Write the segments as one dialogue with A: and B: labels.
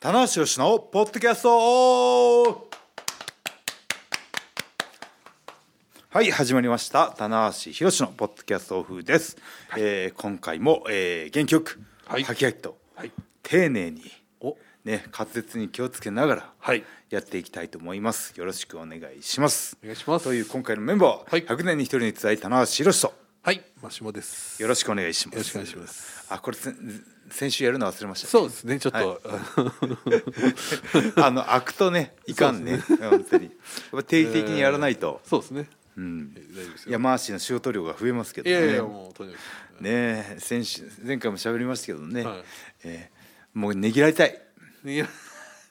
A: 棚橋宏のポッドキャストはい始まりました棚橋宏のポッドキャスト風です、えー今回も、えー、元気よく、
B: はい
A: はきはきと、
B: はい
A: 丁寧に
B: お
A: ね滑舌に気をつけながら
B: はい
A: やっていきたいと思いますよろしくお願いします
B: お願いします
A: という今回のメンバーは、
B: はい
A: 100年に一人に伝え棚橋宏と
B: はいマシモです
A: よろしくお願いします
B: よろしくお願いします
A: あこれせん先週やるの忘れました
B: そうですねちょっと、
A: はい あの開くとねいかんね本当にやっぱ定期的にやらないと、
B: そうですね
A: うん
B: 大丈夫ですよ
A: 山足の仕事量が増えますけど
B: い
A: ね
B: やいやもうとにかく
A: ねえ先週前回も喋りましたけどね、
B: はい
A: えーもうねぎらいたい
B: いや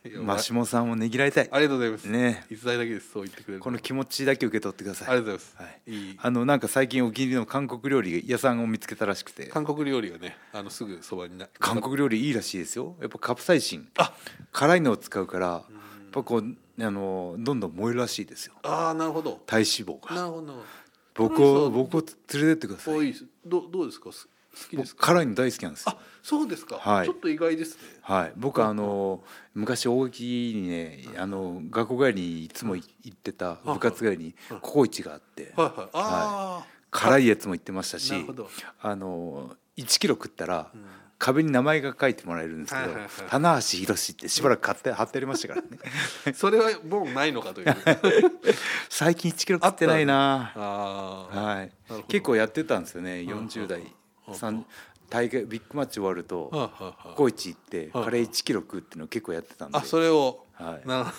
B: いや
A: マシモさんをねぎらいたい
B: ありがとうございます
A: ね
B: 一台だけですそう言ってくれる
A: この気持ちだけ受け取ってください
B: ありがとうございます
A: はい
B: いい
A: あのなんか最近お気に入りの韓国料理屋さんを見つけたらしくて
B: 韓国料理がねあのすぐそばにな
A: 韓国料理いいらしいですよやっぱカプサイシン辛いのを使うからやっぱこうあのどんどん燃えるらしいですよ
B: ああなるほど
A: 体脂肪が
B: なるほど
A: 僕を僕を連れてってください
B: おいいですどどうですかす好きです
A: 僕
B: か
A: 辛いの大好きなんですよ
B: あそうですか、
A: はい
B: ちょっと意外ですね
A: はい、僕あの昔大垣にねあの学校帰りにいつもい行ってた部活帰りにココイチがあって
B: はいはいあ
A: 辛いやつも行ってましたし
B: なるほど
A: あの1キロ食ったら壁に名前が書いてもらえるんですけ
B: はい
A: ど
B: はいはい
A: 「棚橋宏」ってしばらく買って貼ってありましたからね
B: あ、それはもうないの かという
A: 最近1キロ食ってないな、
B: ああ
A: はい
B: ほど、
A: 結構やってたんですよね40
B: は
A: 代
B: あはあ
A: さん大会ビッグマッチ終わると
B: はあはあは
A: コ
B: あ
A: コイチ行って
B: あはあ
A: カレー1キロ食うっていうのを結構やってたんで
B: あそれを、
A: はい
B: な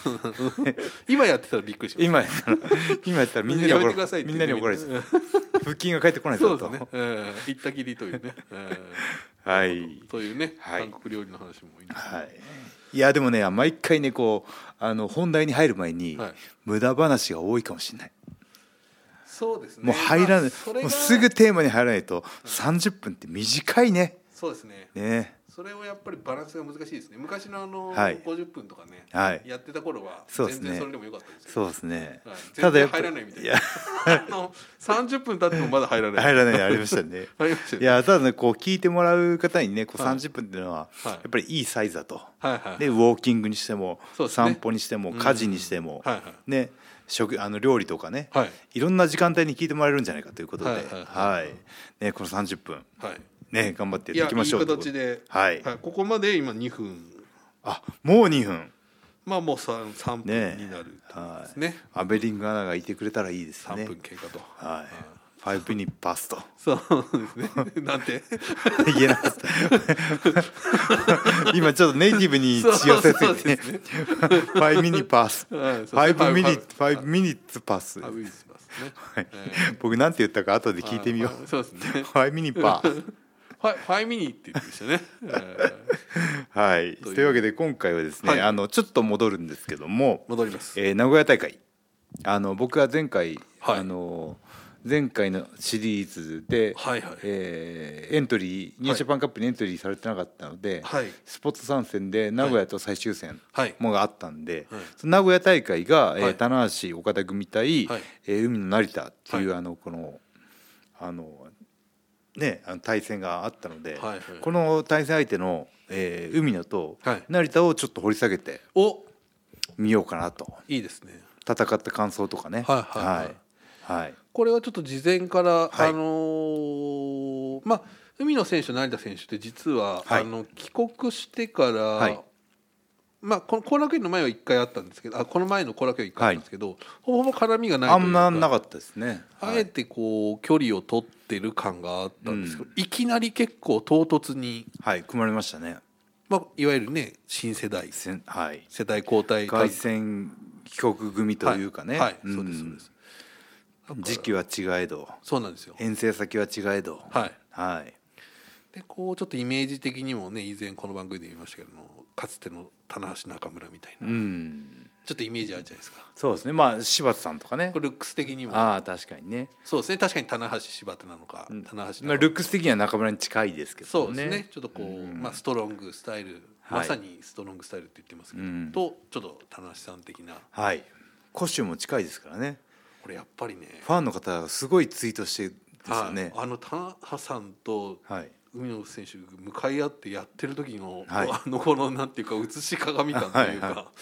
B: 今やってたらびっくりしまし
A: 今やった ら今やったらみんなに
B: や
A: 怒
B: め
A: ら
B: てくださいって
A: みんなに怒られて
B: うん
A: 腹筋が返ってこな
B: た
A: いぞ
B: そうで
A: と、
B: すね、うん、行ったきりというね、うん
A: はい
B: というね、
A: はい
B: 韓国料理の話もいいですね
A: はいいやでもね毎回ねこうあの本題に入る前に、
B: はい
A: 無駄話が多いかもしれない
B: そうですね
A: もう入らない、
B: それが
A: もうすぐテーマに入らないと30分って短いね
B: そうですね
A: ね
B: それをやっぱりバランスが難しいですね昔のあの、
A: はい
B: 50分とかね、
A: はい
B: やってた頃は
A: そうです
B: 全
A: ね
B: 然それでもよかったですよ
A: そうですね、
B: はい
A: ただ
B: 全然
A: やっぱ
B: 入らないみたいな
A: や
B: あの30分経ってもまだ入らない
A: 入らないありましたね
B: 入りましたよ
A: い
B: ね
A: やただねこう聞いてもらう方にねこう
B: はい
A: 30分っていうのは、
B: はい
A: やっぱりいいサイズだと、
B: はいはい
A: でウォーキングにしても、
B: そうですね
A: 散歩にしても
B: うん
A: 家事にしても、
B: はいはい
A: ね、食あの料理とかね、
B: はい
A: いろんな時間帯に聞いてもらえるんじゃないかということで、は
B: はいいはいはい
A: ね、この30分、
B: はい
A: ね、頑張って
B: い
A: やっ
B: や
A: て
B: い
A: いきま
B: い
A: しょう
B: 形で、
A: はい
B: ここまで今2分
A: あもう2分
B: まあもう 3, 三
A: ね
B: 分になるということ
A: は
B: です
A: い
B: ね
A: アベリングアナがいてくれたらいいです
B: 3
A: ね
B: 分経過と、
A: はいファイブニッパスと
B: そうですねなんて
A: 言えなかった 今ちょっとネイティブに寄せすぎてね
B: そうそうそうですね
A: ファイミニパスフ
B: はいそうですね
A: ァイブミニッ
B: フ
A: ファイブミニッツパス
B: あウィズパスね、
A: はい
B: え
A: 僕なんて言ったか後で
B: ー
A: 聞いてみよう
B: あーそうですね
A: ファイミニパー
B: ファイファイミニって言ってましたね、えー
A: はい
B: と
A: と
B: いう
A: いうわけで今回はですね、
B: はい
A: あのちょっと戻るんですけども、
B: 戻ります
A: えー名古屋大会あの僕は前回、
B: はい
A: あの前回のシリーズで、
B: はいはい
A: えーエントリーニュージャパンカップにエントリーされてなかったので、
B: はい
A: スポット参戦で名古屋と最終戦
B: はい
A: もがあったんで、
B: はい
A: その名古屋大会が、え
B: は
A: ー、
B: い
A: 棚橋岡田組対、
B: はい
A: えー海の成田っていう、
B: は
A: あのこのあのねあの対戦があったので、
B: はいはい
A: この対戦相手の、えー海野と
B: はい
A: 成田をちょっと掘り下げて
B: お
A: みようかなと
B: いいですね
A: 戦った感想とかね
B: はいはいはい
A: はいはい
B: これはちょっと事前から、
A: はい
B: あのーまあ海野選手成田選手って実は、
A: はい
B: あの帰国してから、
A: はい
B: まあこの後楽園の前は1回あったんですけどあこの前の後楽園1回あったんですけど、ほぼほぼ絡みがない
A: あ
B: というん
A: ま
B: か
A: なかったですね
B: あえてこう距離を取ってる感があったんですけど、いきなり結構唐突に、
A: はい組まれましたね
B: まあ、いわゆるね新世代
A: せんはい
B: 世代交代
A: 凱旋帰国組というかね、
B: はい、
A: ん
B: そうですそうです
A: 時期は違えど
B: そうなんですよ
A: 遠征先は違えど
B: はい
A: はい
B: でこうちょっとイメージ的にもね以前この番組で言いましたけどもかつての棚橋中村みたいな、
A: うん
B: ちょっとイメージあるじゃないですか
A: そうですねまあ柴田さんとかね
B: これルックス的にも
A: ああ確かにね
B: そうですね確かに棚橋柴田なのか、棚橋
A: まあ、ルックス的には中村に近いですけどね
B: そうですねちょっとこう、まあ、ストロングスタイル、
A: はい
B: まさにストロングスタイルって言ってますけど、
A: うん
B: とちょっと棚橋さん的な
A: はいコシュも近いですからね
B: これやっぱりね
A: ファンの方がすごいツイートしてですよね
B: はいあの棚橋さんと
A: はい
B: 海野選手向かい合ってやってる時の、
A: はい
B: あのこのなんていうか映し鏡感というか、
A: はいは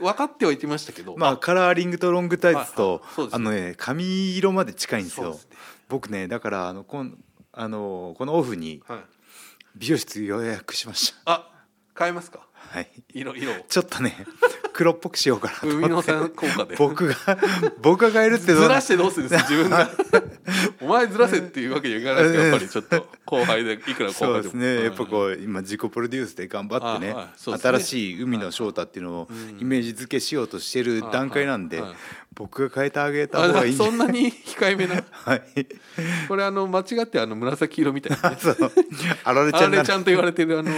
B: 分かってはいてましたけど、
A: まあカラーリングとロングタイツと
B: はいはいそうです
A: あのね髪色まで近いんです
B: そう
A: よ
B: ですね
A: 僕ねだからあのこんあのこのオフに
B: はい、
A: 美容室予約しました
B: あ変えますか
A: はい
B: 色色を
A: ちょっとね黒っぽくしようかなと
B: 海
A: 思
B: 野
A: って
B: さん効果で
A: 僕が僕が変えるってどう
B: ずらしてどうするんです自 分がお前ずらせっていうわけにはいかないですよやっぱりちょっと後輩でいくら後輩でも
A: そうですね、やっぱ
B: う
A: こう今自己プロデュースで頑張ってね,、
B: あはいそうですね
A: 新しい海の翔太っていうのをイメージ付けしようとしてる段階なんで、
B: はいはいはい
A: 僕が変えてあげた
B: あ
A: 方がいいんじゃ
B: そ
A: ない
B: んなに控えめな
A: はい、
B: これあの間違ってあの紫色みたいなね
A: そう あられち
B: あ
A: ゃんな
B: れちゃんと言われてるあの、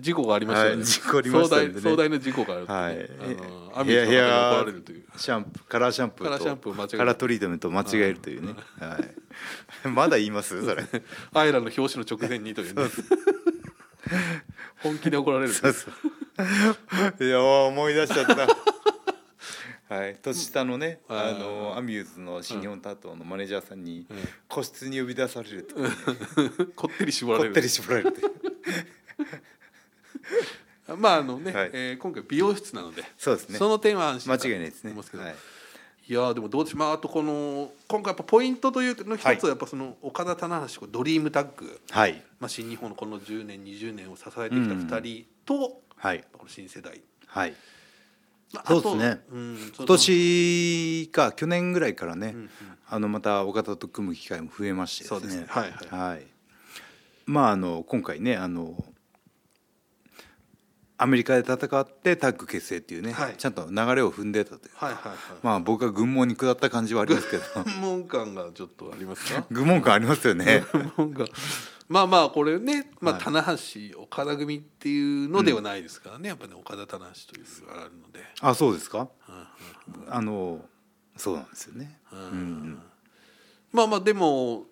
B: 事故がありましたよね、
A: はい事故ありましたんでね
B: 壮大壮大な事故がある
A: はい
B: ってね、あのアミ
A: ヘ
B: ュ
A: ア
B: ーズ
A: ヘ
B: の方に
A: ア
B: 怒られるという
A: シャンプーカラーシャンプーと
B: カラーシャンプーを間違える
A: カラートリートメントを間違えるというね、はい、 まだ言いますそれ
B: アイラの表紙の直前にというね 本気で怒られる
A: そうそう。いやー思い出しちゃった。 はい、年下のね、
B: うん
A: あのアミューズの新日本担当のマネージャーさんに個室に呼び出されると、
B: こってり絞ら
A: こ
B: れ
A: って
B: る
A: り絞ら れて、
B: まああのね、
A: はい
B: えー今回美容室なので
A: そうですね。
B: その点は安
A: 間
B: 心
A: 違いないですね。
B: 思うんけど
A: はい、
B: いやーでもどうでしょう、まあ、あとこの今回やっぱポイントというの一つ
A: はい
B: はやっぱその岡田棚橋こうドリームタッグ、
A: はい、
B: まあ、新日本のこの10年20年を支えてきた2人と、
A: はい、
B: この新世代、
A: はい。
B: まあ、
A: そうですね
B: あとうん、
A: 今年か去年ぐらいからね、
B: んうん
A: あのまた岡田と組む機会も増えまして
B: そうですねはい
A: はい、まああの今回ねあのアメリカで戦ってタッグ結成っていうね、
B: はい
A: ちゃんと流れを踏んでたという、
B: はいはい はい、
A: まあ僕は軍門に下った感じはありますけ ど
B: 門感がちょっとありますか
A: 軍門感ありますよね
B: 門感まあまあこれね、まあ、
A: はい
B: 棚橋岡田組っていうのではないですからね、やっぱね岡田棚橋というのがあるので、
A: あそうですか
B: うんうん
A: あのそうなんですよね、
B: まあまあでも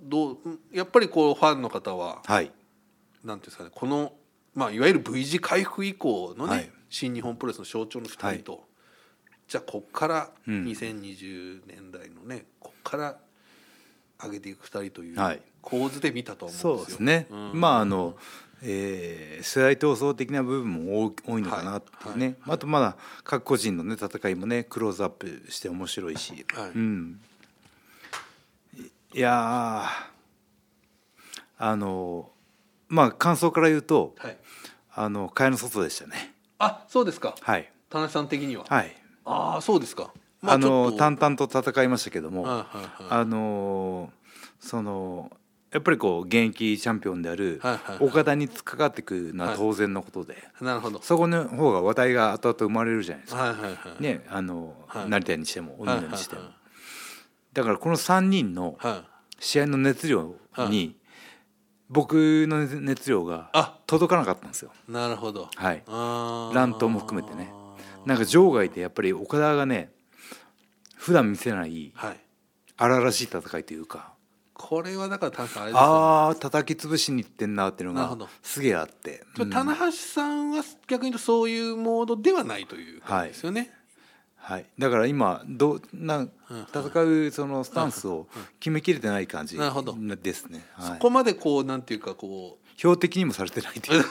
B: どうやっぱりこうファンの方は
A: はい
B: なんていうんですかねこの、まあ、いわゆる V 字回復以降のね、
A: はい
B: 新日本プロレスの象徴の2人と、じゃあこっから2020年代のね、こっから上げていく2人という
A: はい
B: 構図で見たとは思
A: そううんで
B: ですよ。
A: すね、
B: うん
A: まああの、えー世代闘争的な部分も多い多いのかなっていうね、
B: はい
A: あとまだ各個人のね戦いもねクローズアップして面白いし、
B: はい
A: うんいいやーあのまあ感想から言うと
B: はい、
A: あの蚊帳の外でしたね
B: あそうですか
A: はい
B: 田中さん的には、
A: はい、
B: ああそうですか、
A: あの
B: ちょっ
A: 淡々と戦いましたけども、
B: とはいはいはい
A: あのーそのやっぱりこう現役チャンピオンである
B: はいはいはい
A: 岡田に突っかかってくるのは当然のことで、
B: なるほど
A: そこの方が話題が後々生まれるじゃないですか、
B: はいはいはい、
A: ねあの
B: はい
A: 成田にしても小野
B: はい
A: に
B: はい
A: しても、
B: はい
A: だからこの3人の
B: はい
A: 試合の熱量
B: は
A: に僕の熱量が
B: あ
A: 届かなかったんですよ。
B: なるほど
A: はい、
B: あー
A: 乱闘も含めてねなんか場外でやっぱり岡田がね普段見せない
B: はい
A: 荒々しい戦いというか。
B: これはだから田中さんあれですよね
A: ああ叩き潰しに行ってんなっていう
B: なる
A: の
B: ほ
A: が
B: ど
A: すげえあって、
B: ちょ
A: うん
B: 棚橋さんは逆に言うとそういうモードではないという感じですよね。
A: はい、だから今どうな
B: うんうん
A: 戦うそのスタンスを決めきれてない感じ
B: なるほど
A: ですね、
B: そ
A: はい、
B: こまでこうなんていうかこう
A: 標的にもされてない という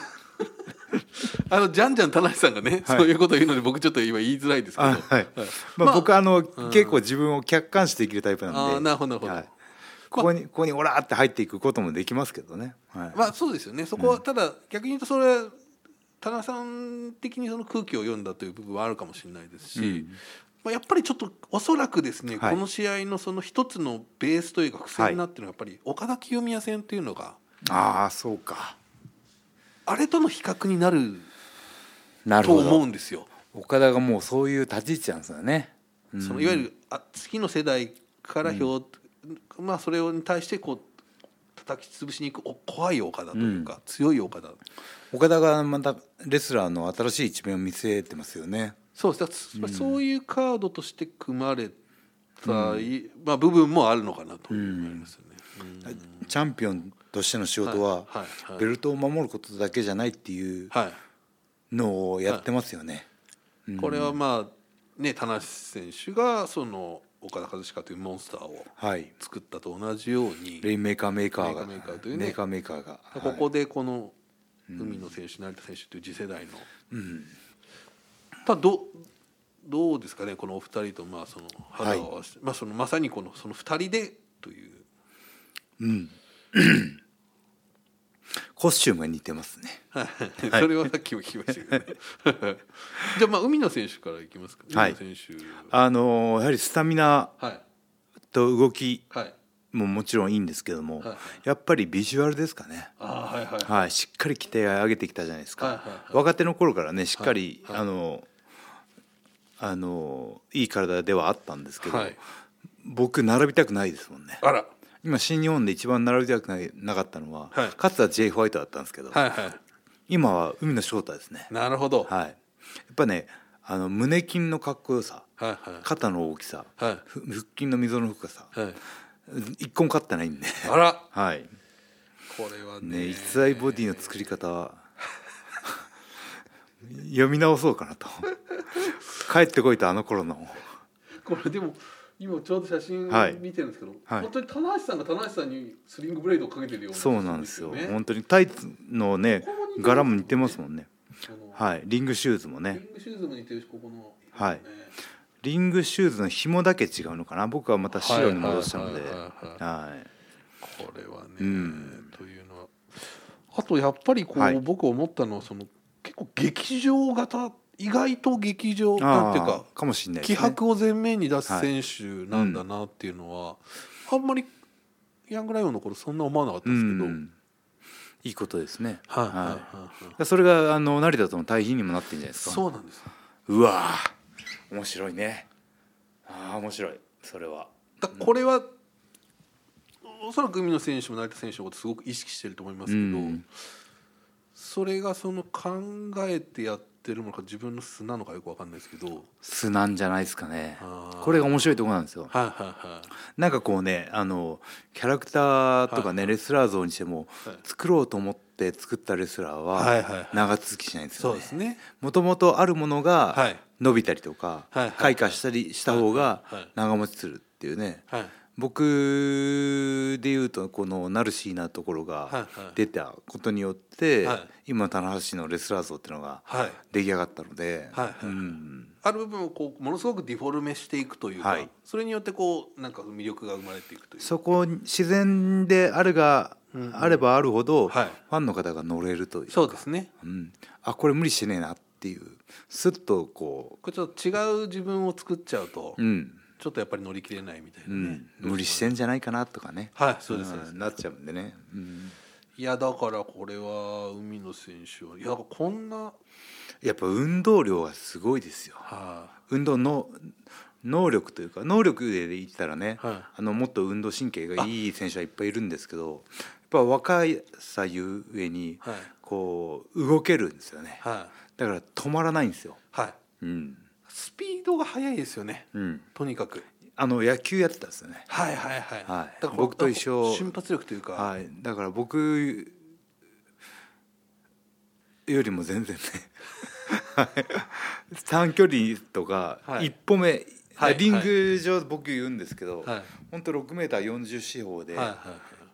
B: あのじゃんじゃん棚橋さんがね、
A: はい
B: そういうことを言うので僕ちょっと今言いづらいですけど。
A: あはいまあ、僕あの、結構自分を客観視できるタイプなんで
B: あーなるほどなるほど
A: はい、ここにここにオラーって入っていくこともできますけどね、はい
B: まあそうですよね。そこはただ逆に言うとそれは田中さん的にその空気を読んだという部分はあるかもしれないですし、
A: うん
B: まあやっぱりちょっとおそらくですね、
A: はい
B: この試合のその一つのベースというか癖になってるのはやっぱり岡田清宮戦というのが
A: ああそうか
B: あれとの比較になる
A: なる
B: と
A: ほ
B: 思う
A: ど
B: んですよ。
A: 岡田がもうそういう立ち位置なんですよね、うん
B: そのいわゆるあ次の世代から票、まあそれに対してこう叩き潰しに行くお怖い岡田というか、強い岡田
A: 岡田がまたレスラーの新しい一面を見せてますよね
B: そうですだからそういうカードとして組まれたい、まあ、部分もあるのかなと思いますよね。うん
A: チャンピオンとしての仕事は
B: はいはいはい
A: ベルトを守ることだけじゃないっていう
B: はい
A: のをやってますよね。
B: これはまあね田無選手がその岡田和親というモンスターを
A: はい
B: 作ったと同じように
A: レインメーカーメーカーが
B: メーカーメーカーというね
A: メーカーメーカーが
B: ここでこの海野選手成田選手という次世代の、ただどどうですかねこのお二人とまあその肌を合わせて、まあ、そのまさにこのその二人でという
A: コスチュームが似てますね
B: それはさっきも聞きましたけど、ね、じゃあまあ海野選手からいきますか
A: はい
B: 海野選手
A: あのーやはりスタミナ
B: はい
A: と動き
B: はい
A: ももちろんいいんですけども、
B: はい
A: やっぱりビジュアルですかね、
B: あーはいはい
A: はい、しっかり規定上げてきたじゃないですか、
B: はいはいはい
A: 若手の頃からねしっかり、
B: はいはい
A: あのあのいい体ではあったんですけど、
B: はい
A: 僕並びたくないですもんね
B: あら
A: 今新日本で一番並びたくないなかったのは、
B: はい
A: かつては J ホワイトだったんですけど、
B: はいは
A: 今は海野翔太ですね
B: いなるほど、
A: はいやっぱねあの胸筋のかっこよさ
B: はいはい
A: 肩の大きさ、
B: はい
A: ふ腹筋の溝の深さ
B: はい
A: 一個も勝ってないんで
B: あら
A: はい
B: これは
A: ね
B: ね
A: 逸材ボディの作り方は読み直そうかなと帰ってこいとあの頃の
B: これでも今ちょうど写真
A: はい
B: 見てるんですけど、
A: はい
B: 本当に棚橋さんが棚橋さんにスリングブレードをかけてるような
A: そうなんですよ
B: ね
A: 本当にタイツのね
B: ここに似てますもんね
A: 柄も似てますもんね
B: この
A: はいリングシューズも
B: リ
A: ね
B: ングシューズも似てるしここの、
A: はい
B: ね
A: リングシューズの紐だけ違うのかな僕はまた白に戻したので
B: はいはいはい
A: はい
B: これはね、
A: うん
B: というのはあとやっぱりこう、
A: はい
B: 僕思ったのはその結構劇場型意外と劇場
A: あー
B: なんていうか
A: かもしれないで
B: 気
A: すね
B: 迫を前面に出す選手なんだなっていうのは、あんまりヤングライオンの頃そんな思わなかった
A: うん
B: ですけど、
A: んいいことですね
B: はいはい
A: は
B: はいはい
A: いそれがあの成田との対比にもなってんじゃないですか
B: そうなんです
A: うわー面白いねああ面白いそれは
B: だこれは、おそらく海野選手も成田選手のことすごく意識してると思いますけど、
A: うん
B: それがその考えてやってるのか自分の素なのかよくわかんないですけどはい
A: 素なんじゃないですかね
B: あー
A: これが面白いところなんですよ
B: はいはい
A: なんかこうねあのキャラクターとかね、レスラー像にしても、
B: はい
A: 作ろうと思って作ったレスラー
B: はいはいは
A: はい長続きしないんです
B: そ
A: よ
B: う
A: ね
B: ですね
A: もともとあるもの
B: は
A: が
B: い
A: 伸びたりとか、
B: はいはい
A: 開花したりした方が
B: はいはい
A: 長持ちするっていうね、
B: はい
A: 僕でいうとこのナルシーなところが
B: はいはい
A: 出たことによって、
B: はい
A: 今の棚橋のレスラー像っていうのが
B: はい
A: 出来上がったので、
B: はいはい
A: うん
B: ある部分をこうものすごくディフォルメしていくというか、
A: はい
B: それによってこうなんか魅力が生まれていくという
A: そこに自然であるが、あればあるほど、
B: はい
A: ファンの方が乗れるという
B: そうですね
A: うん、あこれ無理してねえなっていうスッとこ
B: これちょっと違う自分を作っちゃうと、
A: う、うん
B: ちょっとやっぱり乗り切れないみたいな
A: う
B: ね、
A: ん、無理してんじゃないかなとかね、
B: はいそうですそうです
A: んなっちゃうんでね、うん、
B: いやだからこれは海野選手はいやこんな、は
A: やっぱ運動量がすごいですよ
B: あ、
A: 運動の能力というか能力で言ったらね、
B: はい
A: あのもっと運動神経がいい選手はいっぱいいるんですけどやっぱ若いさゆえに、
B: はい
A: こう動けるんですよね、
B: はい
A: だから止まらないんですよ、
B: はい、
A: うん
B: スピードが速いですよね
A: うん、
B: とにかく
A: あの野球やってたんですよね、
B: はいはいはい、
A: はい
B: だから
A: 僕と一緒
B: 瞬発力というか、
A: はい、だから僕よりも全然ねはい短距離とか
B: はい
A: 一歩目、
B: はい
A: リング上僕言うんですけど、
B: はい
A: 本当6メーター40四方で
B: はいは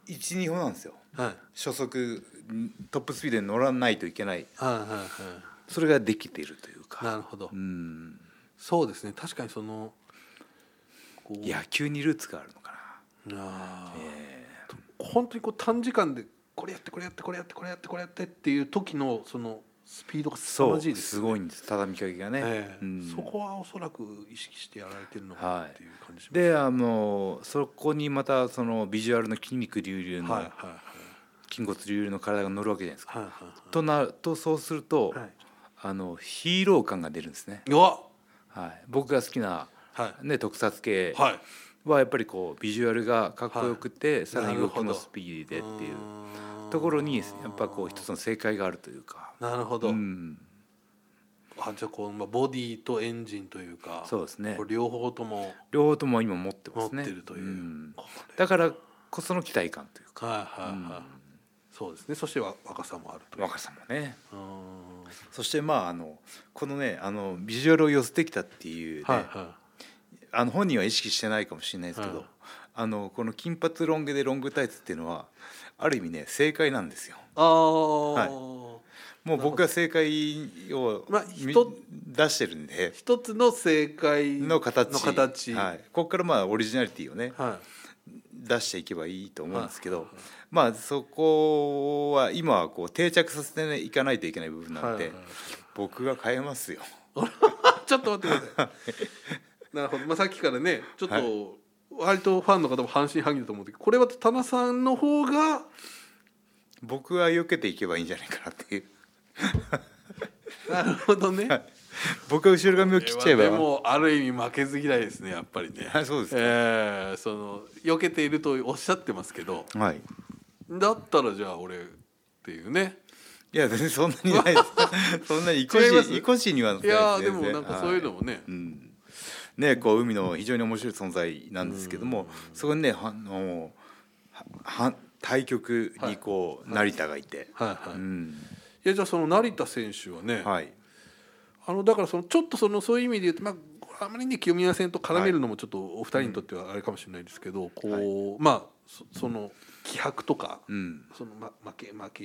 A: 12歩なんですよ
B: いはいはい
A: 初速トップスピードに乗らないといけない
B: はいはい
A: それができているというか
B: なるほど、
A: うん
B: そうですね確かにそのこう
A: 野球にルーツがあるのかな、
B: あー
A: え
B: 本当にこう短時間でこれやってこれやってこれやってこれやってこれやってっていう時のそのスピードが
A: ー
B: 凄
A: そ
B: ま
A: う
B: じい
A: す,、
B: ですよね
A: ごいんです畳みかけがね、
B: ええ
A: うん
B: そこはおそらく意識してやられてるのかなっていう感じします、
A: であのそこにまたそのビジュアルの筋肉隆々の、
B: はいはいはい
A: 筋骨隆々の体が乗るわけじゃないですか。
B: はいはい
A: となるとそうすると、
B: はい
A: あのヒーロー感が出るんですね。
B: うわ
A: はい、僕が好きな、
B: はい
A: ね、特撮系
B: はい
A: はやっぱりこうビジュアルがかっこよくて、さらに動き
B: なるほど
A: もスピーディーでっていう
B: ーん
A: ところにやっぱこう一つの正解があるというか。
B: なるほど、
A: うん、
B: あじゃあこう、まあ、ボディとエンジンというか
A: そうですね
B: これ両方とも
A: 両方とも今持ってま
B: 持っ
A: す
B: て
A: ね。
B: るという、
A: ん
B: これ
A: だからこその期待感というか
B: はいはいはい、そうですねそしてわ若さもあるという
A: 若さもね。
B: うーん
A: そしてまああのこのねあのビジュアルを寄せてきたっていうね、
B: はいは
A: あの本人は意識してないかもしれないですけど、
B: うん
A: あのこの金髪ロン毛でロングタイツっていうのはある意味ね正解なんですよ。
B: ああ、
A: もう僕が正解を
B: まあ
A: み
B: 人
A: 出してるんで
B: 一つの正解
A: の形
B: の形
A: はい、ここからまあオリジナリティをね
B: は
A: 出していけばいいと思うんですけど、
B: はい
A: まあそこは今はこう定着させていかないといけない部分なので、
B: はいはいはい
A: 僕が変えますよ。
B: いちょっと待ってくださいなるほど、まあ、さっきからねちょっ
A: はい
B: と割とファンの方も半信半疑だと思うんだけどこれは田中さんの 方が
A: 僕は避けていけばいいんじゃないかなっていう。
B: なるほどね
A: 僕は後ろ髪を切っちゃえば
B: でもある意味負けず嫌いですねやっぱりね
A: あそうですか
B: ええその避けているとおっしゃってますけど
A: はい。
B: だったらじゃあ俺っていうね
A: いや全然そんなにない です。そんなにいこ
B: 違います
A: しいこしにはない
B: い
A: す
B: やーで
A: 全然
B: もなんかそういうの
A: は
B: もね、
A: うん。ねこう海の非常に面白い存在なんですけども、そこにねはあのはは対局にこう、成田がいて、
B: はいは
A: う
B: い
A: ん
B: いやじゃあその成田選手はね、
A: はい
B: あのだからそのちょっとそのそういう意味で言うと、まあ、これあまりに清宮戦と絡めるのもちょっとお二人にとってはあれかもしれないですけど、こうまあそその気迫とか、
A: うん
B: その、ま、負け負け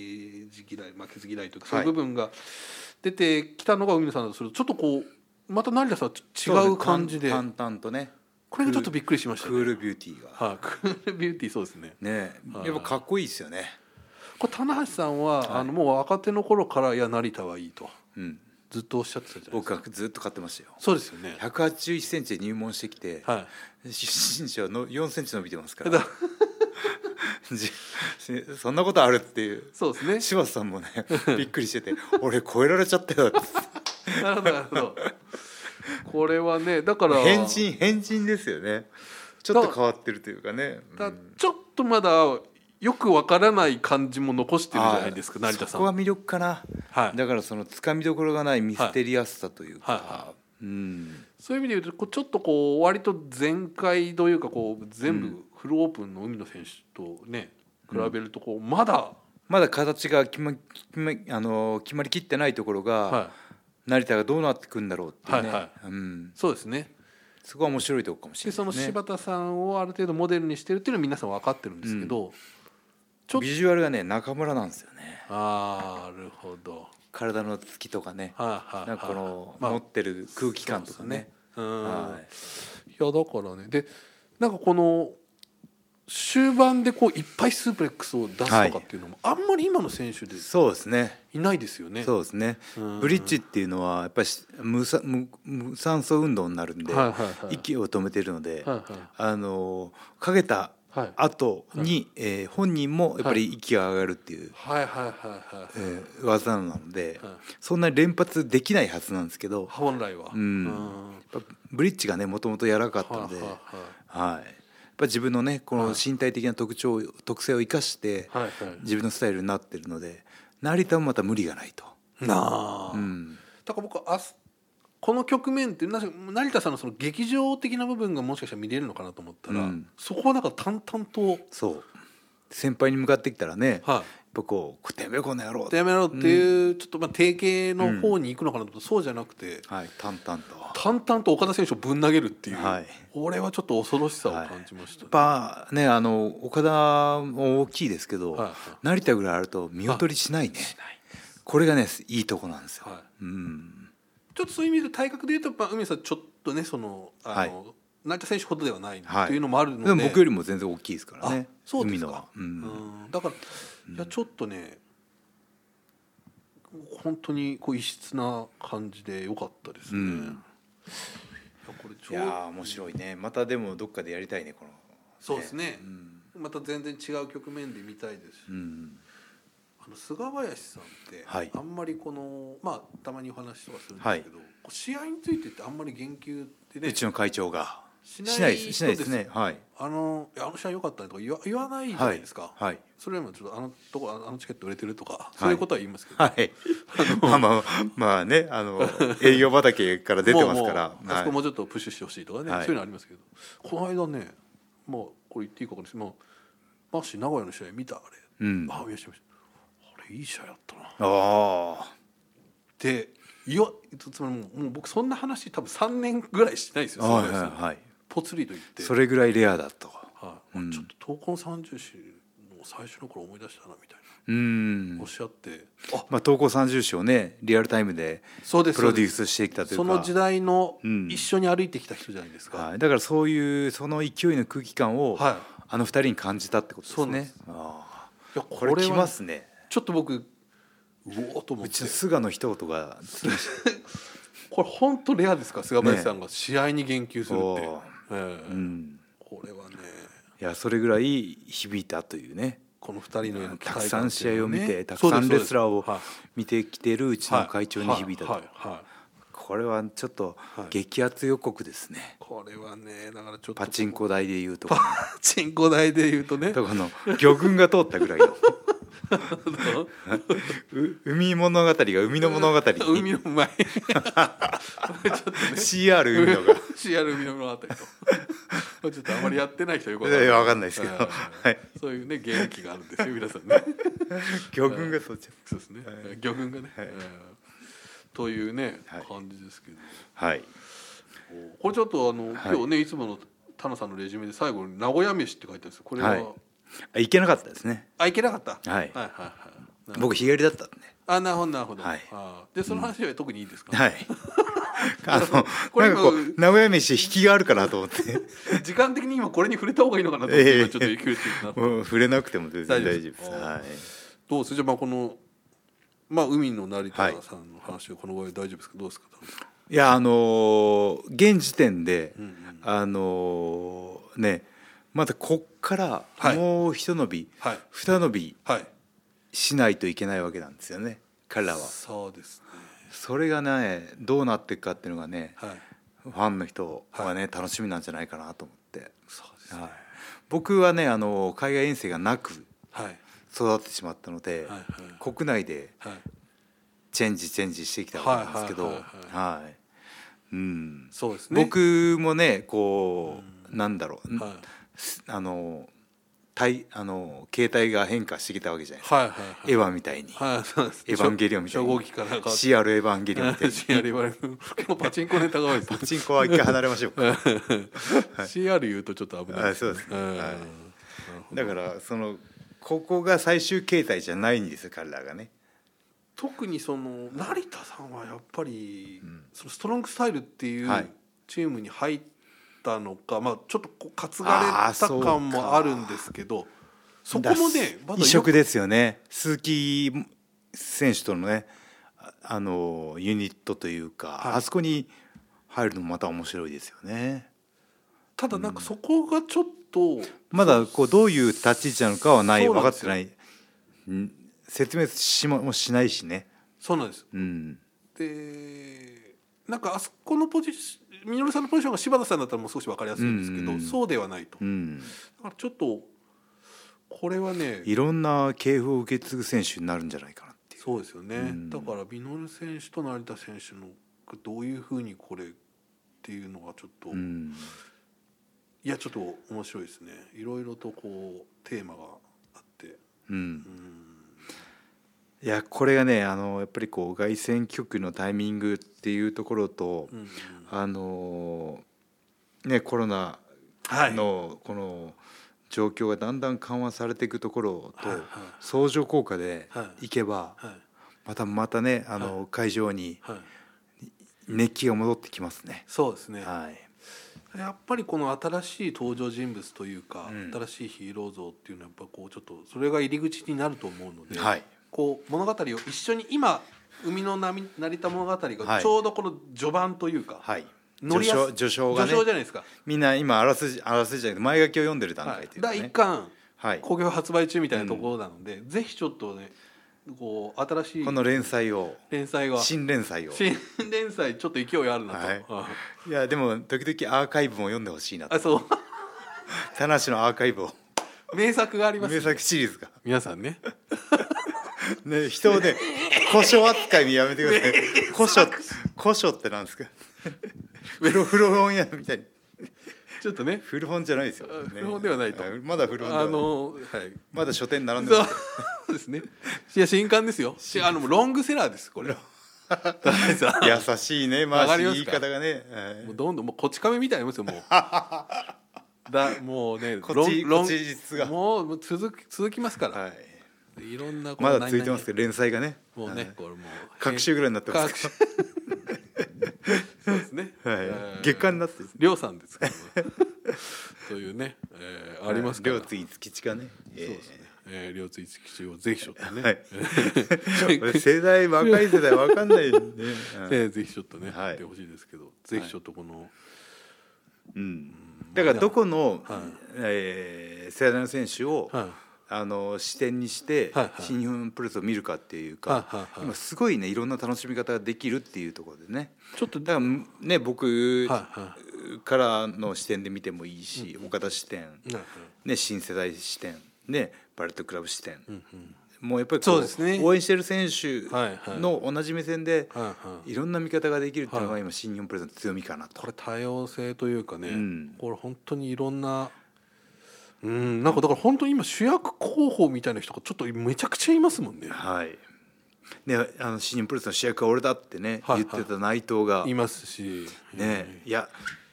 B: ず嫌い負けず嫌いというかそ
A: は
B: う
A: い
B: いう部分が出てきたのが海野さんだとするとちょっとこうまた成田さん
A: そ
B: は
A: です
B: 違
A: ね
B: う感じで
A: 淡淡々とね
B: これがちょっとびっくりしました
A: ク
B: ね。
A: ールビューティーが、
B: はい、クールビューティーそうですね
A: ねやっぱかっこいいですよね。
B: これ棚橋さんは、あのもう若手の頃からいや成田はいいと
A: うん
B: ずっとおっしゃってたじゃないですか
A: 僕はずっと買ってましたよ。
B: そうですよね
A: 181センチで入門してきて、
B: はい
A: 出身者はの4センチ伸びてますから
B: だ
A: じそんなことあるっていう
B: そうですね
A: 柴田さん もねびっくりしてて「俺超えられちゃったよ」って
B: なるほどなるほど。これはねだから
A: 変人変人ですよねちょっと変わってるというかね
B: だちょっとまだよくわからない感じも残してるじゃないですか成田
A: そ
B: さん
A: こは
B: は。
A: 魅力かな、
B: はい
A: だからそのつかみどころがないミステリアスさというか、
B: はいは
A: うん
B: そういう意味で言うとこうちょっとこう割と全開というかこう全部フルオープンの海野選手とね比べるとこうまだ
A: まだ形が決ま決まあの決まりきってないところが、
B: は
A: 成田がどうなってくんだろうっていうね、
B: はいは
A: うん、
B: そうですね。
A: そこは面白いとこかもしれ
B: で
A: ない
B: その
A: ね
B: 柴田さんをある程度モデルにしてるっていうのは皆さん分かってるんですけど、ちょっと
A: ビジュアルがね中村なんですよね
B: ああなるほど。
A: 体のつきとかね
B: はいはいはい。
A: なんかこの
B: まあ
A: 持ってる空気感とかね,、
B: うん
A: はい
B: いやだからねでなんかこの終盤でこういっぱいスープレックスを出すとかっていうのも、あんまり今の選手で
A: そうですね
B: いないですよね。
A: そうですね
B: うん
A: ブリッジっていうのはやっぱり無酸無無酸素運動になるんで、
B: はいはいはい
A: 息を止めてるので、
B: はいはい
A: あのかけた
B: はい
A: 後に、えー本人もやっぱり息が上がるっていう、
B: はいはいはいはい
A: えー技なので、
B: はい
A: そんなに連発できないはずなんですけど
B: 本来は。
A: うんやっぱブリッジがねもともと柔らかかったので。
B: はいはい
A: はい、やっぱ自分のねこの身体的な特徴、特性を生かして
B: はいはい
A: 自分のスタイルになってるので成田もまた無理がないと、
B: なあ、
A: うん、
B: だから僕あすこの局面ってな成田さんのその劇場的な部分がもしかしたら見れるのかなと思ったら、
A: うん
B: そこはなんか淡々と
A: そう先輩に向かってきたらね、
B: はい
A: やっぱこう「てめえこの野郎」
B: やめろっていう、ちょっとまあ定型の方に行くのかなと思ったら、そうじゃなくて、
A: はい、淡々と。や
B: 淡々と岡田選手をぶん投げるっていう、
A: はい
B: これはちょっと恐ろしさを感じました、
A: っぱねあの岡田も大きいですけど、
B: はいはい
A: 成田ぐらいあると見劣りしないね、これがねいいとこなんですよ、
B: はい
A: うん、
B: ちょっとそういう意味で体格でいうと、まあ、海野さんちょっとねそのあの、成田選手ほどではないっていうのもあるので,、
A: でも僕よりも全然大きいですからね
B: あそうですか
A: 海野は、うん
B: うんだから、いやちょっとね本当にこう異質な感じで良かったですね、
A: うん
B: いやこれち
A: い
B: ょ
A: や
B: う
A: ー面白いねまたでもどっかでやりたいねこの
B: そうですねまた全然違う局面で見たいですし、
A: うん
B: あの菅林さんって、
A: はい
B: あんまりこのまあたまにお話とかするんですけど、こう試合についてってあんまり言及ってね
A: うちの会長が
B: しない
A: ですしないですねはい
B: あのいやあの試合良かったねとか言わ言わないじゃ
A: は
B: ない
A: い
B: ですか、
A: はい
B: それよりもちょっとあのとこあのチケット売れてるとか、そういうことは言いますけど、
A: はい まあまあまあねあ の営業畑から出てますから
B: もうもうあそこも
A: は
B: うちょっとプッシュしてほしいとかね、
A: はい
B: そういうのありますけどこの間ねまあこれ言っていいか分かんないですけどまあマッシー名古屋の試合見たあれ、
A: うん
B: あ見ました見ましたあれいい試合だったなっ
A: いあ
B: ていやつまりもうもう僕そんな話多分3年ぐらいしてないです
A: あ
B: よ
A: はい
B: その
A: は
B: 話
A: いはい
B: ぽつりと言って
A: それぐらいレアだと
B: はい
A: うん
B: ちょっと闘魂三重士の最初の頃思い出したなみたい
A: うん
B: なおっしゃってあ
A: まあ投稿三十首をねリアルタイムで
B: そうです
A: プロデュー
B: そう
A: スしてきた
B: で
A: と
B: す
A: いう
B: そ
A: か
B: の時代の
A: うん
B: 一緒に歩いてきた人じゃないですか、
A: はい、だからそういうその勢いの空気感を、
B: はい
A: あの二人に感じたってことです
B: そうなんで
A: ね
B: す
A: ああ
B: いや
A: これ来ま
B: は
A: すね
B: ちょっと僕うおーと思っ
A: う
B: て
A: ちの菅野一言が来まし
B: これ本当レアですから菅林さんが試合に言及す
A: た
B: るっ
A: お
B: て、
A: ー
B: ええ
A: うん
B: これはね
A: いやそれぐらい響いたというね
B: この二人のような
A: たくさん試合を見てた
B: そ
A: く
B: うで
A: さ
B: す
A: んレスラーを
B: そうで
A: 見てきてるうち
B: すはい
A: の会長に響いたと、
B: はいはいはい
A: これはちょっと
B: はい
A: 激アツ予告ですね、
B: これはねだからちょっと
A: パチンコ台でいうと
B: パ
A: こ
B: チンコ台で言うと ね
A: とこの魚群が通ったぐらいのう海物語が 海の物語
B: 海
A: に
B: の前
A: CR 海のが
B: CR 海の物語とちょっとあまりやってない人はよく
A: いやわかんないですけど
B: ええ
A: はい
B: そういうね元気があるんですよ皆さ んね
A: 魚群が通っちゃう
B: そうですね、
A: はい
B: 魚群がね、
A: はい
B: えーというね、
A: はい
B: 感じですけど
A: はい
B: これちょっとあの、
A: はい
B: 今日ねいつもの田野さんのレジュメで最後に「名古屋飯」って書いてあるんですよこれは、
A: はいあ行けなかったですね
B: あいけなかった、
A: はい
B: はいはいはい
A: 僕日帰りだったんで
B: あなるほどなるほど、
A: はい
B: あーでその話は特にいいですか、
A: はいあの
B: これ
A: なんか
B: 今
A: こう名古屋飯引きがあるかなと 思って
B: 時間的に今これに触れた方がいいのかなと思っ
A: え
B: て
A: え
B: 今ちょっと勢いついたな
A: もう触れなくても全然大丈夫で
B: 大
A: す
B: 丈夫で
A: はい
B: どうですじゃあまあこのまあ海の成田さんの話をこの場合大丈夫ですかどうですか田野さん
A: いやあのー現時点で、
B: うんうん
A: あのーねまたこっから
B: はい
A: もう一伸び、
B: はい
A: 二伸び
B: はい
A: しないといけないわけなんですよね彼らは。
B: そうですね
A: それがねどうなっていくかっていうのがね
B: はい
A: ファンの人はね、楽しみなんじゃないかなと思って、
B: そうですね
A: はい、僕はねあの海外遠征がなく
B: はい
A: 育ってしまったので、
B: はい
A: 国内で
B: はい
A: チェンジチェンジしてきたわけなんですけど
B: はいはい
A: はいうん
B: そうですね
A: 僕もねこう、なんだろう、
B: はい
A: あの体あの携帯が変化してきたわけじゃないですか、
B: はいはい
A: エヴァみたいに、
B: はいそうです
A: エヴァンゲリオンみたい
B: 初
A: に
B: 号機から変わって
A: CR エヴァンゲリオンみ たいに
B: CR 言われる結構パチンコネタが多いですね
A: パチンコは一回離れましょう か
B: CR 言うとちょっと危ない
A: あそうですね
B: ん
A: はいだからそのここが最終形態じゃないんですよ彼らがね
B: 特にその成田さんはやっぱり、そのストロングスタイルっていう
A: はい
B: チームに入ったのか、まあ、ちょっとこう担が
A: あー
B: れた
A: そうか
B: 感もあるんですけどそこもね
A: だ
B: まだ
A: 異色ですよね鈴木選手とのねああのユニットというか、
B: はい
A: あそこに入るのもまた面白いですよね
B: ただなんかそこがちょっと
A: まだこうどういう立ち位置なのかはない
B: そうな
A: 分か
B: んで
A: っ
B: す
A: て
B: よ
A: ないん説明しももしないしね
B: そうなんです
A: うん
B: でなんかあそこのポジションみのるさんのポジションが柴田さんだったらもう少し分かりやすいんですけど、
A: うんうん
B: そうではないと、
A: う
B: だ
A: ん
B: からちょっとこれはね
A: いろんな系譜を受け継ぐ選手になるんじゃないかなっていう
B: そうですよね、
A: うん
B: だからミノル選手と成田選手のどういうふうにこれっていうのがちょっと、
A: うん
B: いやちょっと面白いですねいろいろとこうテーマがあって
A: うん
B: うん
A: いやこれがねあのやっぱりこう凱旋局のタイミングっていうところと、
B: うんうん
A: あのねコロナ
B: はい
A: のこの状況がだんだん緩和されていくところと、
B: はいはい
A: 相乗効果で
B: はい
A: いけば、
B: はい
A: またまたねあの、会場に
B: はい
A: 熱気が戻ってきますね。
B: そうですね
A: はい
B: やっぱりこの新しい登場人物というか、
A: うん
B: 新しいヒーロー像っていうのはやっぱこうちょっとそれが入り口になると思うので、
A: はい
B: こう物語を一緒に今海の波成田物語
A: は
B: が
A: い
B: ちょうどこの序盤というか、
A: はい
B: 乗
A: 序
B: りやす
A: 章序章がね
B: 序章じゃないですか、
A: みんな今あらすじあらすじじゃなくて前書きを読んでる段
B: は
A: 階
B: い
A: というか
B: 第1
A: ね。
B: 巻
A: はい、
B: 興行発売中みたいなところなので、ぜひちょっとねこう新しい
A: この連載を
B: 連載が
A: 新連載を
B: 新連載ちょっと勢いあるなと、
A: はい
B: あ
A: いやでも時々アーカイブも読んでほしいなと
B: あそう
A: 田無のアーカイブを
B: 名作があります、
A: 名作シリーズが
B: 皆さん ね
A: ね人 をね古書扱いにやめてください古書古書ってなんですか 古古本屋みたいに
B: ちょっとね
A: 古本じゃないですよ、
B: あ古本ではないと
A: あまだ古本では
B: あ
A: ない
B: のはい
A: まだ書店並んでます
B: そうですね。いや新刊ですよ。しあのロングセラーですこれ。田辺さん
A: 優しいね
B: わか
A: 回
B: り
A: し
B: ます
A: 言い
B: か
A: 方がね、はい
B: もうどんどんもうこち亀みたいになりますよも うだもうね
A: こっち
B: 論
A: こっち実が
B: もう続き続きますから、
A: はい、
B: い、ろんなこ
A: ま
B: の
A: だ続いてますけど連載がね
B: 何々もうね、
A: はい
B: これもう
A: 各週ぐらいになってます
B: 各週 そうですね、
A: はい、月間になって
B: りょうさんですけどもというね、えー、ありますから、
A: 両次月地かね、えー
B: そうですね、えー、両津一吉をぜひちょっとね、
A: はい
B: えー
A: 世代若い世代わかんないよ ね、
B: えーぜひちょっとね、
A: はい
B: やってほしいですけどぜひちょっとこの、
A: うん、だからどこの、
B: はい
A: えー世代の選手を、
B: はい
A: あの視点にして、
B: はいはい
A: 新日本プロレスを見るかっていうか、
B: はいはいはい
A: 今すごいねいろんな楽しみ方ができるっていうところでね
B: ちょっと
A: だからね僕
B: はいは
A: からの視点で見てもいいし、岡田視点、
B: はいはい
A: ね、新世代視点、ね、バレットクラブ視点、もうやっぱりこ
B: そうですね
A: 応援してる選手
B: はいはい
A: の同じ目線で、
B: はいはい
A: いろんな見方ができるっていうのが今新日本プレゼンの強みかなと。
B: これ多様性というかね、
A: うん
B: これ本当にいろんなうんなんかだから本当に今主役候補みたいな人がちょっとめちゃくちゃいますもんね
A: はいね、あの新日本プロレスの主役は俺だってね、
B: はいはい
A: 言ってた内藤が、
B: いますし、
A: ねいや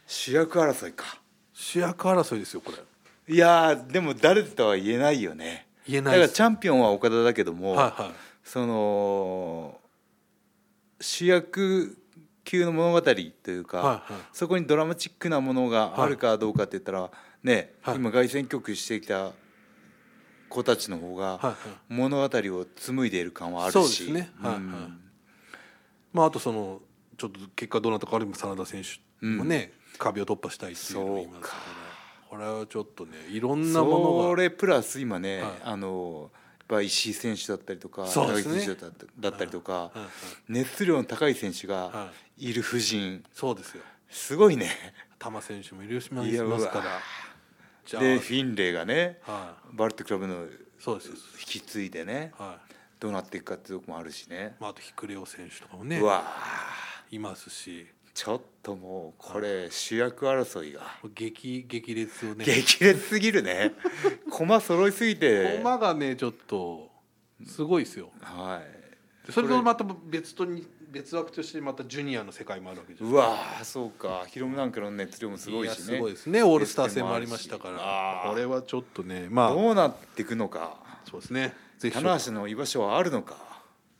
A: 主役争いか
B: 主役争いですよこれ
A: いやーでも誰とは言えないよね
B: 言えな
A: だか
B: いで
A: ら
B: す
A: チャンピオンは岡田だけども、
B: はいはい
A: その主役級の物語というか、
B: はいはい
A: そこにドラマチックなものがあるかどうかって言ったら、ね、
B: はい
A: 今凱旋局してきた子たちの方
B: は
A: が
B: いはい
A: 物語を紡いでいる感はあるし
B: そうですねはいはい
A: うん
B: まああとそのちょっと結果どうなったかあれも真田選手もね、壁を突破したいっていうのがいますからこれはちょっとねいろんなも
A: そ
B: のが
A: れプラス今ね、
B: はい
A: あのやっぱ石井選手だったりとか、
B: そうですね
A: 選手だっただったりとか、
B: いはい
A: 熱量の高い選手
B: は
A: がいる布陣、
B: そうですよ
A: すごいね。
B: 玉選手もいるしま
A: いやうわ
B: すからじゃあ
A: でフィンレイがね、
B: は
A: バルトクラブの
B: そうですよ
A: 引き継いでね、
B: はい
A: どうなっていくかっていうとこもあるしね、
B: まあ、あとヒクレオ選手とかもね
A: うわ
B: いますし
A: ちょっともうこれ主役争いが
B: 激激烈をね
A: 激烈すぎるね 駒揃いすぎて
B: 駒がねちょっとすごいですよ
A: はい
B: それとまた別とに別枠としてまたジュニアの世界もあるわけじゃん
A: うわーそうかヒロムなんかの熱量もすごいしね
B: すごいですねオールスター戦もありましたか
A: あ
B: ら
A: ー
B: これはちょっとねまあ
A: どうなっていくのか
B: そうですねぜひちょっと
A: 棚橋の居場所はあるのか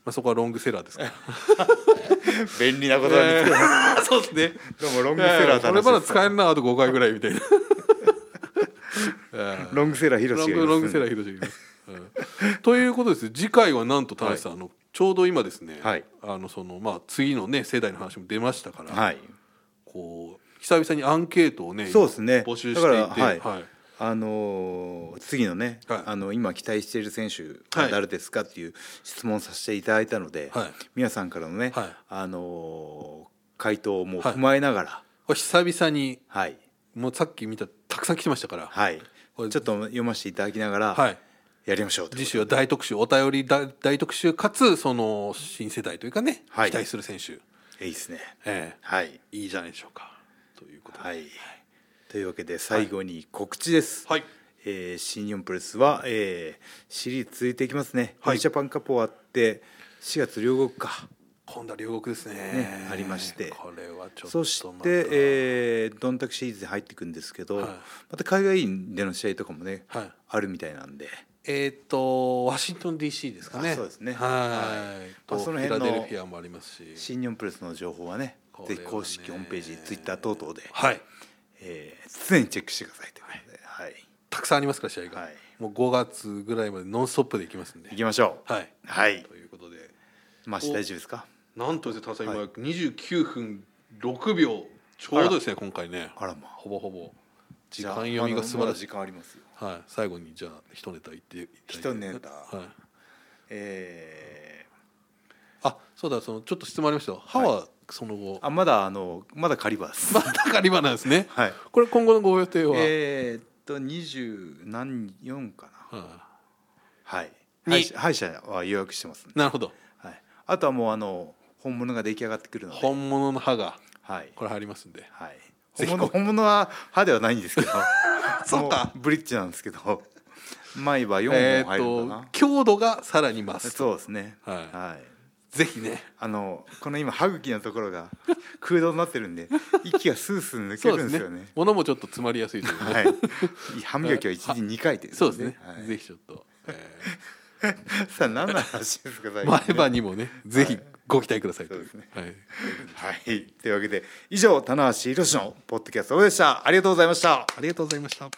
B: まあ、そこはロングセラーですから
A: 便利なことなんですけど、
B: そうですね
A: どう もロングセラー
B: こ
A: 棚
B: れま
A: 橋
B: だ
A: です
B: 使えるなあと5回ぐらい みたいなえー
A: ロングセラー広ロ
B: ロングロングセラー広重です。うんということです次回はなんと田中さん、あのちょうど今ですね、
A: はい
B: あのそのまあ、次の、ね、世代の話も出ましたから、
A: はい
B: こう久々にアンケートをね
A: そうですね
B: 募集していて
A: だからはい
B: はい
A: あのー次のね、
B: はい
A: あの今期待している選手
B: は
A: はい誰ですかっていう質問させていただいたので、
B: はい
A: 皆さんからのね、
B: はい
A: あのー回答も踏まえながら
B: これ久々に
A: はい
B: もうさっき見たたくさん来てましたから、
A: はい、
B: これ
A: ちょっと読ませていただきながら、
B: はい
A: やりましょうと
B: 次週は大特集お便り大大特集かつその新世代というかね、
A: はい
B: 期待する選手、
A: いいですね
B: え
A: はい
B: えいいじゃないでしょうかということで、
A: はいというわけで最後に告知です、
B: はい
A: えー新日本プロレスは、えーシリーズ続いていきますね、
B: はい
A: ニュージャパンカップ終わって4月両国か
B: 今度は両国ですね
A: ねありまして
B: これはちょっと
A: そして
B: ま、た
A: えー、ドンタクシリーズに入っていくんですけど、
B: はい
A: また海外での試合とかもね、
B: はい
A: あるみたいなんで、
B: えっ、とワシントン DC ですかね。
A: あそうですね
B: はい。と
A: まあその
B: フ
A: 辺
B: ィラ
A: の
B: デルフィアもありますし。
A: 新日本プロレスの情報はね
B: これ
A: ぜ
B: は
A: ひ
B: ね
A: 公式ホームページツイッター等々で、
B: はい。
A: えー常にチェックしてくださいということで、はい
B: たくさんありますから試合が。
A: はい
B: もう5月ぐらいまでノンストップでいきますんで
A: 行。きましょう
B: はい。
A: はい
B: ということで、
A: まあ大丈夫ですか
B: なんとですね、田中さん今29分6秒ちょうどですね今回ね。
A: あらまあ
B: ほぼほぼ時
A: じゃ
B: 間
A: あ
B: 読みが素晴
A: あのま
B: ら
A: だ
B: し
A: 時
B: い。
A: 間ありますよ
B: はい。最後にじゃあ一ネタ言っていただいて。
A: 一ネタ
B: はい。
A: えー
B: あ、そうだそのちょっと質問ありましたよ。歯はその後。
A: あまだあのまだ仮です、
B: まあだから今なんですね。
A: はい
B: これ今後のご予定は。
A: えー、っと20何四かな
B: うん
A: はい
B: に
A: 歯医者歯医者は予約してますんで、
B: なるほど
A: はい、あとはもうあの本物が出来上がってくるので、
B: 本物の歯が
A: はい
B: これ入りますんで
A: はい、
B: ぜ
A: 本
B: ひ
A: 物本物は歯ではないんですけど
B: そうか
A: もブリッジなんですけ ど毎晩4
B: え
A: 本
B: っ
A: 入るのか
B: と
A: な、
B: 強度がさらに増す
A: そうですね
B: はい
A: は
B: ぜひね
A: あのこの今歯茎のところが空洞になってるん で息がスースー抜け
B: そう
A: る
B: で
A: んですすよ
B: ね
A: ね。
B: 物もちょっと詰まりやすいというかね
A: はい。歯磨きは一日二回転、
B: そうですね、
A: はい
B: ぜひちょっと、え
A: さあ何の話ですか最近ね
B: ー 前歯にもねぜひご期待くださいとい
A: そうですね
B: はい
A: はい。というわけで以上棚橋宏のポッドキャストでした。ありがとうございました。
B: ありがとうございました